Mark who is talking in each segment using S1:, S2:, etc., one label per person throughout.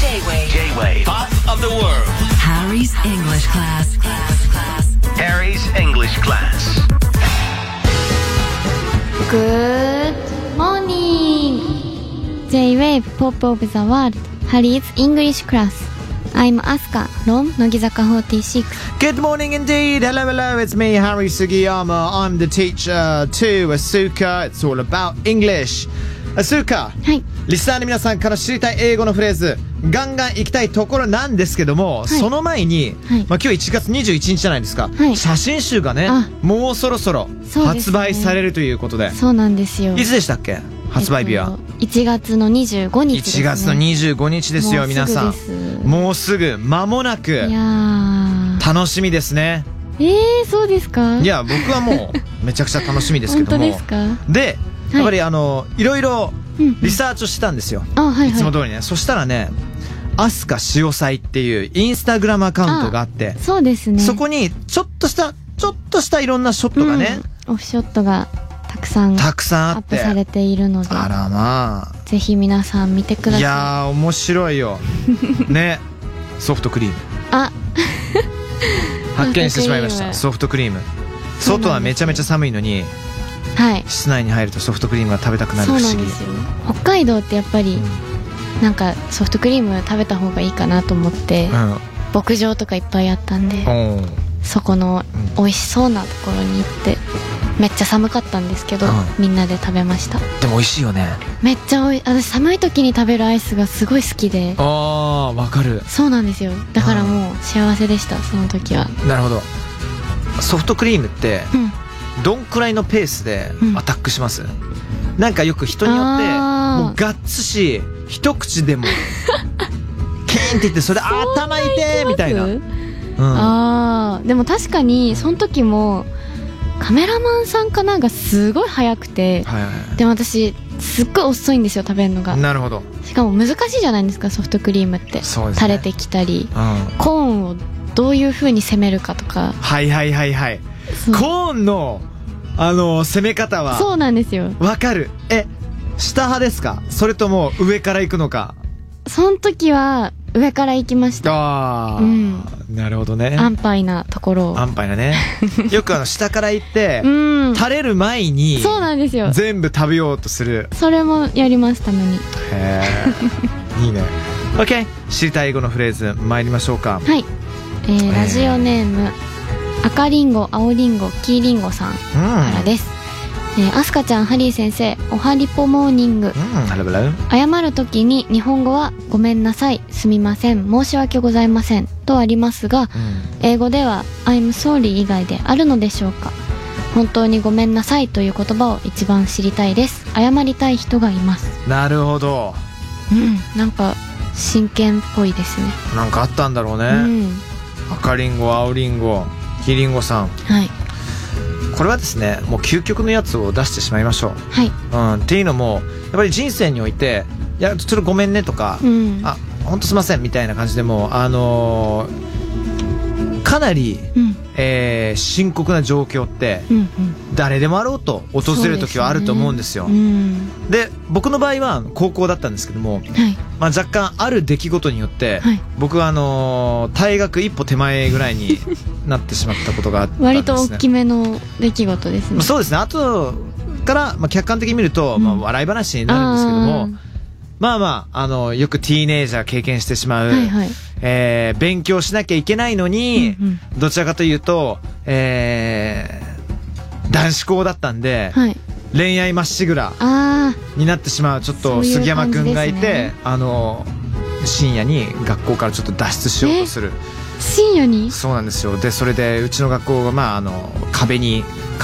S1: J-Wave.
S2: J-Wave. Pop of the world.
S3: Harry's English class.
S2: Harry's English class.
S4: Good morning! J-Wave Pop of the World Harry's English Class I'm Asuka from 乃木坂46
S5: Good morning indeed. Hello, hello. It's me, Harry Sugiyama. I'm the teacher to Asuka. It's all about English. Asuka,
S4: はい
S5: リスナーの皆さんから知りたい英語のフレーズ、ガンガン行きたいところなんですけども、
S4: い
S5: その前
S4: は
S5: に、
S4: い
S5: まあ、今日1月21日じゃないですか、
S4: はい
S5: 写真集がね
S4: あ、
S5: もうそろそろ
S4: そうです
S5: 発
S4: ね
S5: 売されるということで、
S4: そうなんですよ
S5: いつでしたっけ発売日は。
S4: えっと1月の25日です、
S5: 1
S4: ね、
S5: 月の25日ですよ、
S4: もうすぐ
S5: 皆さん
S4: です。
S5: もうすぐ、間もなく
S4: い、やー
S5: 楽しみですね。
S4: えー、そうですか
S5: いや僕はも うめちゃくちゃ楽しみですけ
S4: 本
S5: ど
S4: 当
S5: も
S4: ですか
S5: で
S4: い
S5: やっぱりあの、い、ろいろ
S4: うんうん
S5: リサーチをしてたんですよ、
S4: あはい
S5: いつも
S4: は
S5: 通りねそしたらねアスカ潮祭っていうインスタグラムアカウントがあって
S4: いそうですね
S5: そこにちょっとしたちょっとしたいろんなショットがね、
S4: うんオフショットがたくさん
S5: たくさん
S4: ア
S5: あ
S4: ッ
S5: っ
S4: プ
S5: て
S4: されているので
S5: あらま
S4: ぜひ皆さん見てくだ
S5: あ
S4: さい
S5: いやー面白 いよねソフトクリーム
S4: あ
S5: 発見してしまいまし
S4: ソフトクリーム
S5: たソフトクリーム外はめちゃめちゃ寒いのに
S4: はい
S5: 室内に入るとソフトクリームが食べたくなる不
S4: そう
S5: 思議
S4: なんですよ北海道ってやっぱり、なんかソフトクリーム食べた方がいいかなと思って、
S5: うん
S4: 牧場とかいっぱいあったんで、
S5: おー
S4: そこの
S5: うん
S4: 美味しそうなところに行ってめっちゃ寒かったんですけど、
S5: うん
S4: みんなで食べました
S5: でも美味しいよね
S4: めっちゃおい私寒い時に食べるアイスがすごい好きで
S5: ああわかる
S4: そうなんですよだからもう幸せでしたその時は
S5: なるほどソフトクリームって
S4: うん
S5: どんくらいのペースで
S4: うん
S5: アタックします、なんかよく人によって
S4: あー
S5: もうガッツし一 口でもキーンっていってそれで頭痛えみたいな、うん、
S4: あーでも確かにその時もカメラマンさんかなんかすごい早くて
S5: はいは
S4: でも私すっごい遅いんですよ食べるのが
S5: いなるほど、
S4: しかも難しいじゃないですかソフトクリームって、
S5: そうですね
S4: 垂れてきたり
S5: うん、は
S4: コーンをどういう風に攻めるかとか
S5: いはいはいはい
S4: そう
S5: コーンのあの攻め方は
S4: そうなんですよ
S5: わかるえ下派ですかそれとも上から行くのか
S4: その時は上から行きました
S5: ああ、
S4: うん
S5: なるほどね
S4: 安牌なところを
S5: 安牌 だねよくあの下から行って
S4: うん
S5: 垂れる前に
S4: そうなんですよ
S5: 全部食べようとする
S4: それもやりますたまに
S5: へ えいいね OK 知りたい英語のフレーズ参りましょうか
S4: はい、えー
S5: えー
S4: ラジオネーム赤りんご青りんご黄りんごさん
S5: うん
S4: からです、えー、アスカちゃんハリー先生おはりぽモーニング
S5: うんハロブラウン
S4: 謝るときに日本語は「ごめんなさい」「すみません」「申し訳ございません」とありますが英語では「I'm sorry」以外であるのでしょうか本当に「ごめんなさい」という言葉を一番知りたいです謝りたい人がいます
S5: なるほど
S4: うんなんか真剣っぽいですね
S5: なんかあったんだろうね、
S4: うん
S5: 赤リンゴ青リンゴ黄リンゴさん
S4: はい
S5: これはですねもう究極のやつを出してしまいましょ、
S4: はいう
S5: うん、っていうのもやっぱり人生においていやちょっとごめんねとか、
S4: うん
S5: あ本当すいませんみたいな感じでもうあのーかなり、
S4: うん
S5: えー深刻な状況って
S4: うんうん
S5: 誰でもあろうと訪れる時はあると思うんですよ
S4: う
S5: で
S4: ん
S5: 僕の場合は高校だったんですけども、
S4: はい
S5: まあ、若干ある出来事によって、
S4: はい
S5: 僕はあのー退学一歩手前ぐらい になってしまったことがあったんです、ね、
S4: 割と大きめの出来事ですね
S5: まあそうですねあとから、まあ、客観的に見ると、
S4: うん
S5: まあ、笑い話になるんですけども、
S4: あ
S5: まあまあ、あの、よくティーネイジャー経験してしまう、
S4: ーはいはい
S5: えー勉強しなきゃいけないのに、
S4: うん
S5: どちらかというと、えー男子校だったんで、
S4: うんはい
S5: 恋愛まっしぐら
S4: あ
S5: になってしまう、ちょっ
S4: そうい
S5: と
S4: う
S5: 杉山くんがい
S4: 感じ
S5: て、
S4: ですね
S5: あの、深夜に学校からちょっと脱出しようとする。
S4: あ深夜に
S5: そうなんですよ。で、それで、うちの学校が、まあ、あの、壁に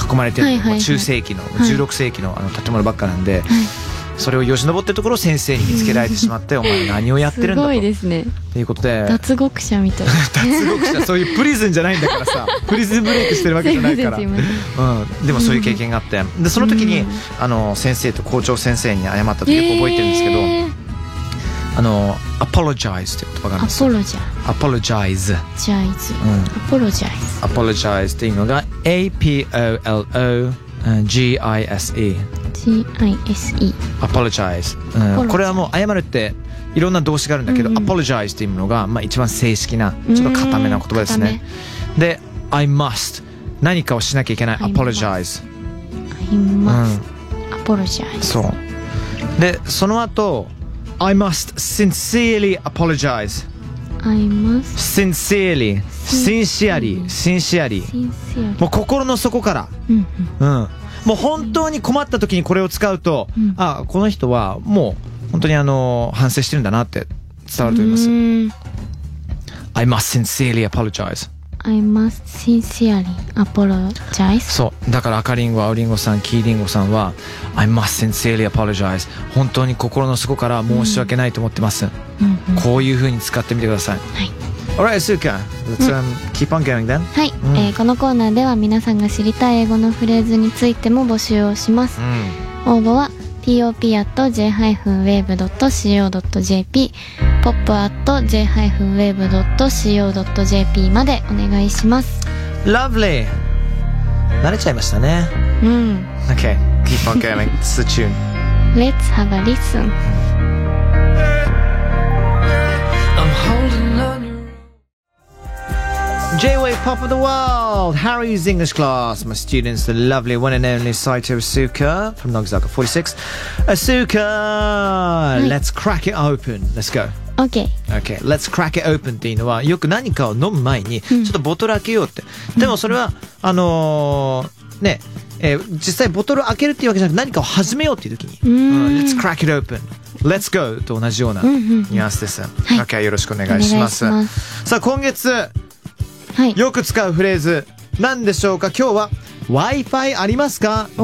S5: 囲まれてる、
S4: はいはいはい
S5: もう中世紀の、
S4: い
S5: 16世紀のあの建物ばっかなんで、
S4: はい
S5: それをよじ登ってるところを先生に見つけられてし まって、お前何をやってるん
S4: す
S5: だと。
S4: ごいですね
S5: っていうことで、
S4: 脱獄者み たいな
S5: 脱獄者、そういうプリズンじゃないんだから さ、プリズンブレイクしてるわけじゃないから。
S4: すいうませんすいま
S5: ん、でもそういう経験があって、で、その時に
S4: うん、
S5: あの、先生と校長先生に謝った
S4: せ
S5: 時
S4: ん
S5: よく覚えてるんですけど、
S4: えー
S5: あの、apologize っていう言葉があるん
S4: ア
S5: です
S4: ポ
S5: よ。
S4: ロジャ
S5: apologize。
S4: ジャイズ
S5: うん。
S4: アポロジャイズ
S5: apologize っていうのが APOLOGISE
S4: CISE
S5: apologize、うん、
S4: Apologize
S5: これはもう謝るっていろんな動詞があるんだけど、
S4: うんうん
S5: apologize っていうのが、まあ、一番正式なちょっと固めな言葉ですねで I must 何かをしなきゃいけない
S4: I
S5: apologize
S4: I must apologize
S5: そうでその後 I must sincerely apologize
S4: I must
S5: sincerely sincerely sincerely
S4: sincerely
S5: もう心の底から
S4: うんうん
S5: うん、もう本当に困った時にこれを使うと、
S4: うん
S5: あこの人はもう本当にあの反省してるんだなって伝わると思います、
S4: うーん
S5: I must sincerely apologize
S4: I must sincerely apologize
S5: そうだから赤リンゴ青リンゴさん黄リンゴさんは I must sincerely apologize 本当に心の底から申し訳ないと思ってます、
S4: うんうん
S5: こういう風に使ってみてください
S4: はい
S5: Alright Suka let's、um, keep on going then
S4: はい、
S5: ん
S4: えーこのコーナーでは皆さんが知りたい英語のフレーズについても募集をします
S5: う、ん
S4: 応募は pop.j-wave.co.jp pop.j-wave.co.jp までお願いします。
S5: Lovely 慣れちゃいましたね
S4: うん。
S5: Okay keep on going it's the tune
S4: Let's have a listen.
S5: J-Wave Pop of the World, Harry's English class. My students, the lovely one and only Saito Asuka from Nogizaka 46. Asuka, let's crack it open. Let's go.
S4: OK。
S5: Okay, let's crack it open っていうのはよく何かを飲む前にちょっとボトル開けようって。でもそれは、あのーね、えー実際ボトル開けるっていうわけじゃなくて何かを始めようっていう時に、
S4: ん
S5: うん Let's crack it open. Let's go と同じような
S4: んうんうん
S5: ニュアンスです。Okay, よろしくお願いします。
S4: お願いしま
S5: さあ今月、
S4: はい。
S5: よく使うフレーズなんでしょうか今日は Wi-Fi ありますかです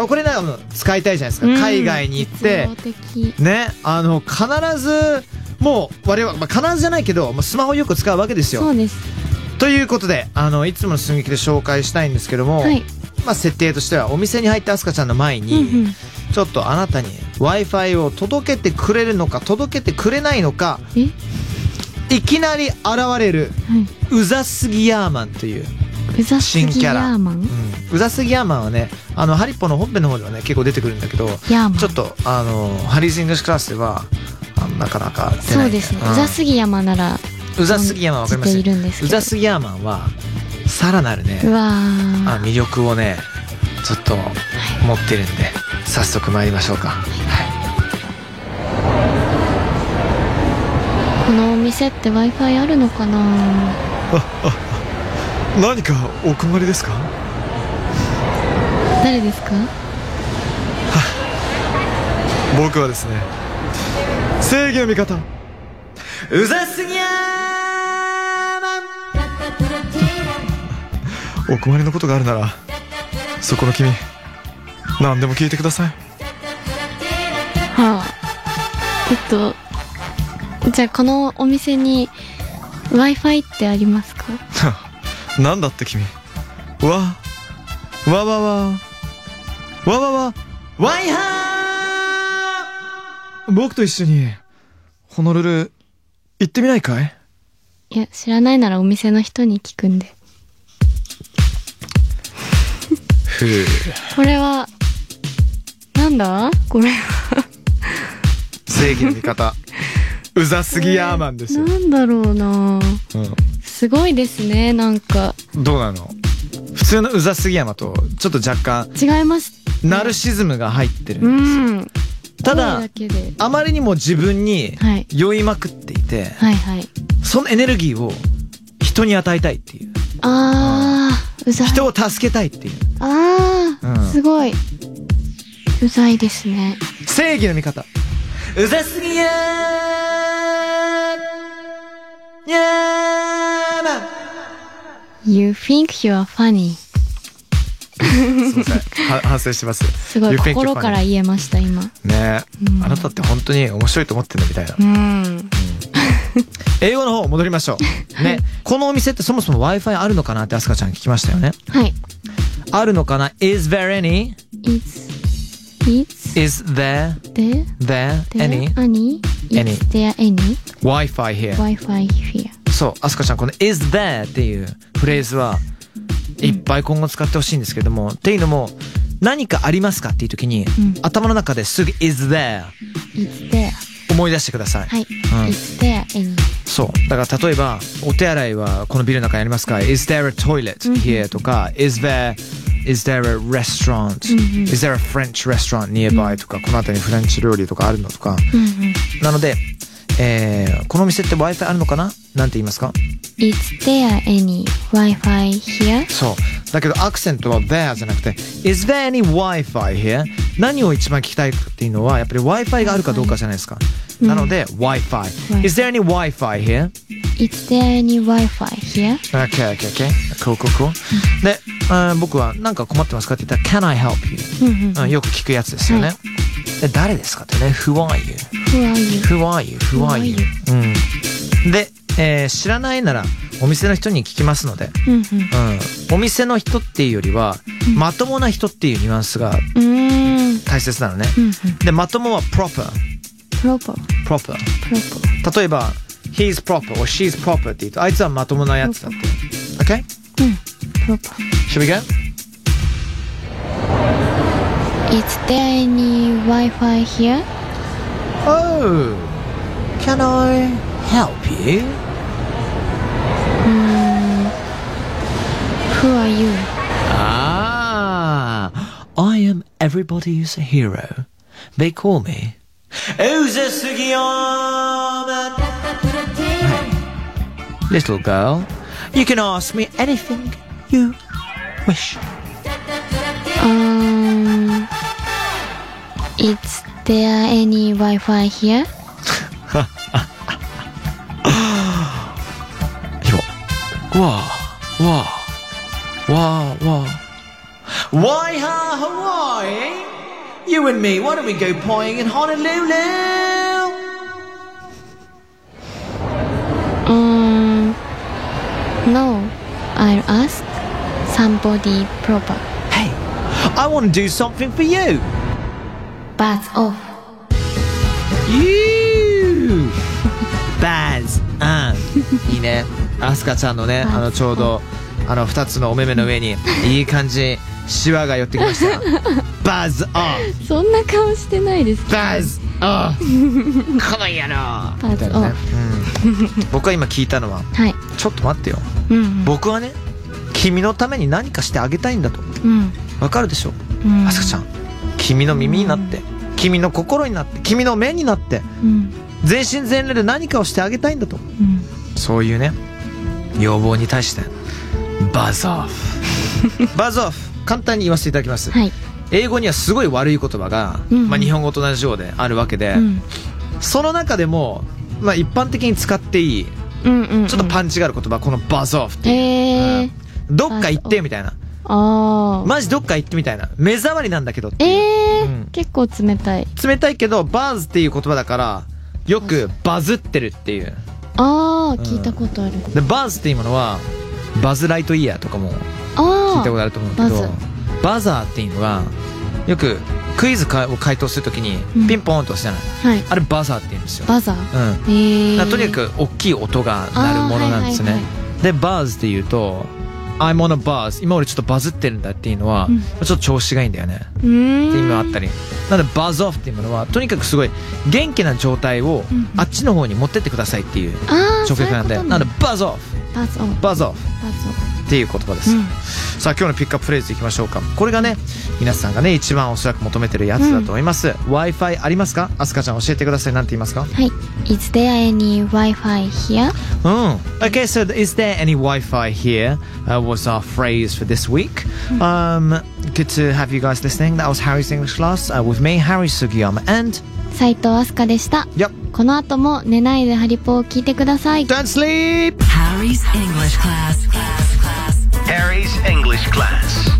S4: お
S5: これねあの使いたいじゃないですか、
S4: うん
S5: 海外に行って
S4: 実用的
S5: ねあの必ずもう我々は、まあ、必ずじゃないけど、まあ、スマホをよく使うわけです
S4: そ
S5: よ
S4: うです。
S5: ということであのいつもの寸劇で紹介したいんですけども、
S4: はい。
S5: まあ、設定としてはお店に入ったアスカちゃんの前
S4: うんう
S5: に、
S4: ん。
S5: ちょっとあなたに w i f i を届けてくれるのか届けてくれないのか
S4: え
S5: いきなり現れる
S4: はい。
S5: うざすぎヤーマンという
S4: うざす
S5: 新
S4: ぎ
S5: キャ
S4: ヤ
S5: ラ
S4: ーマン
S5: うん、ウザスギヤーマンはねあのハリポの本編の方ではね結構出てくるんだけど
S4: ヤーマン
S5: ちょっとあのハリーズ・イングリッシュクラスではあのなかなか出
S4: そ
S5: な
S4: う
S5: い
S4: ですね。うざすぎヤマなら、
S5: うんウザスギヤーマンわかります
S4: ちょっといるんですけ
S5: ウ
S4: ど
S5: ザスギヤーマンはさらなるね
S4: うわー。
S5: あ魅力をねちょっと持ってるんで早速参りましょうかはい
S4: このお店って Wi-Fi あるのかな
S5: 何かお困りですか
S4: 誰ですか
S5: 僕はですね正義の味方うざすぎやーマン
S1: お困りのことがあるならそこの君何でも聞いてください
S4: はあえっとじゃあこのお店に w i f i ってありますか
S1: 何だって君わわわわわわわ
S5: ワイハー
S1: 僕と一緒にホノルル行ってみないかい
S4: いや知らないならお店の人に聞くんで
S5: ふう
S4: これはなんだこれは
S5: 正義の 味方うざすぎヤーマンですよ、
S4: なんだろうな
S5: う
S4: すごいですねなんか
S5: ん、どうなの普通のうざすぎヤーマンとちょっと若干
S4: 違います
S5: ナルシズムが入ってる、
S4: うん
S5: ただ
S4: 声だけで
S5: あまりにも自分に
S4: はい
S5: 酔いまくっていて、
S4: はいはい
S5: そのエネルギーを人に与えたいっていう
S4: あーうざい
S5: 人を助けたいっていう
S4: あー、
S5: うん
S4: すごいうざいですね
S5: 正義の味方うざすぎヤーヤーマン
S4: You think you are funny
S5: すいません は反省してます
S4: すごい
S5: You think you're
S4: 心から
S5: funny
S4: 言えました今
S5: ねえ、あなたって本当に面白いと思ってんだみたいな
S4: うん
S5: 英語の方戻りましょうねこのお店ってそもそも w i f i あるのかなってアスカちゃん聞きましたよね
S4: はい
S5: あるのかな Is there any?
S4: It's It's
S5: Is there
S4: there
S5: there any
S4: there any
S5: Any.
S4: Is there any
S5: w i f i here
S4: Wi-Fi here
S5: そうアスカちゃんこの Is there っていうフレーズはいっぱい今後使ってほしいんですけどもっていうのも何かありますかっていう時に、
S4: ん
S5: 頭の中ですぐ is there
S4: It's there
S5: 思い出してください。
S4: はい、
S5: うん
S4: It's there any
S5: そう。だから例えば、お手洗いはこのビルの中にありますか ?Is there a toilet here? とか、Is there, is there a restaurant? Is there a French restaurant nearby? とか、この辺りにフレンチ料理とかあるのとか。
S4: うんうん
S5: なので、えーこの店って Wi-Fi あるのかななんて言いますか
S4: Is there any Wi-Fi here?
S5: そう。だけどアクセントは there じゃなくて Is there any Wi-Fi here? 何を一番聞きたいかっていうのはやっぱり Wi-Fi があるかどうかじゃないですか。なので Wi-Fi。Is there any Wi-Fi here?
S4: Is there any Wi-Fi here?
S5: Okay, okay, okay. Cool, cool, cool. で、あー僕はなんか困ってますかって言ったら Can I help you?
S4: うんうん
S5: うんよく聞くやつですよね。
S4: は
S5: で誰ですかってね Who are you?
S4: Who are you?
S5: Who are you? Who are you?
S4: Who
S5: うん、で、えー知らないならお店の人に聞きますので、
S4: うんうん
S5: うん、お店の人っていうよりは、まともな人っていうニュアンスが
S4: うーん
S5: 大切なのね。
S4: うんうん
S5: で、まともは proper。
S4: Proper
S5: proper。
S4: Proper
S5: 例えば、he's proper or she's proper って言うと、あいつはまともなやつだって。Okay?
S4: うん Proper
S5: Should we go?
S4: Is there any Wi-Fi here?
S5: Oh! Can I help you?
S4: Who are you?
S5: Ah, I am everybody's hero. They call me. はい Little girl, you can ask me anything you wish.
S4: Um, is there any Wi-Fi here?
S5: わあ、わあ、わあ、わあ。Why ha Hawaii? You and me, why don't we go playing in Honolulu?
S4: Um, no. I'll ask somebody proper.
S5: Hey, I want to do something for you.
S4: Buzz off.
S5: You! Baz! うん。いいね。アスカちゃんのね、
S4: Buzz
S5: あの、ちょうど、あの、二つのお目目の上に、いい感じ、シワが寄ってきました。Buzz off!
S4: そんな顔してないです。
S5: Buzz off! この野郎みたいなね。うん。僕は今聞いたのは、
S4: はい。
S5: ちょっと待ってよ。
S4: うん
S5: 僕はね、君のために何かしてあげたいんだと。
S4: うん
S5: わかるでしょ
S4: うん。
S5: アスカちゃん。君の耳になって、君の心になって、君の目になって、
S4: うん
S5: 全身全霊で何かをしてあげたいんだと。
S4: うん。
S5: そういうね要望に対してバ ズオフバズオフ簡単に言わせていただきます、
S4: はい。
S5: 英語にはすごい悪い言葉が、
S4: うんうん
S5: まあ、日本語と同じようであるわけで、
S4: うん
S5: その中でも、まあ、一般的に使っていい
S4: うんうん。
S5: ちょっとパンチがある言葉、このバズオフっていう、
S4: えー。
S5: うんどっか行ってみたいな
S4: あー。
S5: マジどっか行ってみたいな目障りなんだけどっていう
S4: え
S5: うん
S4: ー。結構冷たい。
S5: 冷たいけどバズっていう言葉だからよくバズってるっていう
S4: あー、聞いたことある。
S5: でバズっていうものはバズライトイヤーとかも聞
S4: あ
S5: いたこと
S4: ー。
S5: あると思うんだけど
S4: バズ
S5: バザーっていうのがよくクイズかを回答するときに
S4: うん
S5: ピンポーンと押すじゃない、
S4: はい。
S5: あれバザーって言うんですよ、
S4: バザー。
S5: うん、だか
S4: えー。
S5: らとにかく大きい音が鳴るものなんですね、
S4: あーはいは
S5: でバーズって言うと「I'm on a buzz」今俺ちょっとバズってるんだっていうのは、
S4: うん
S5: ちょっと調子がいいんだよね
S4: うーん。
S5: っていうのがあったりなのでバズオフっていうものはとにかくすごい元気な状態を
S4: んうん
S5: あっちの方に持ってってくださいっていう
S4: ああ、
S5: 直訳なん
S4: そ
S5: で、
S4: ういうことね
S5: なのでバズオフ
S4: バズオン、バ
S5: バズオフ
S4: ズオン。
S5: っていう言葉です、
S4: うん
S5: さあ今日のピックアップフレーズいきましょうかこれがね皆さんがね一番おそらく求めてるやつだと思います、w i f i ありますかあすかちゃん教えてくださいなんて言いますかうん
S4: はい。Is there any Wi-Fi here?
S5: Oh. Okay so is there any Wi-Fi here、uh, was our phrase for this week、um, good to have you guys listening that was Harry's English class、uh, with me Harry Sugiyama and
S4: 斉藤飛鳥でした。
S5: yep
S4: この後も寝ないでハリポを聞いてください。
S5: don't sleep
S3: Harry's English class. class, class.
S2: Harry's English class.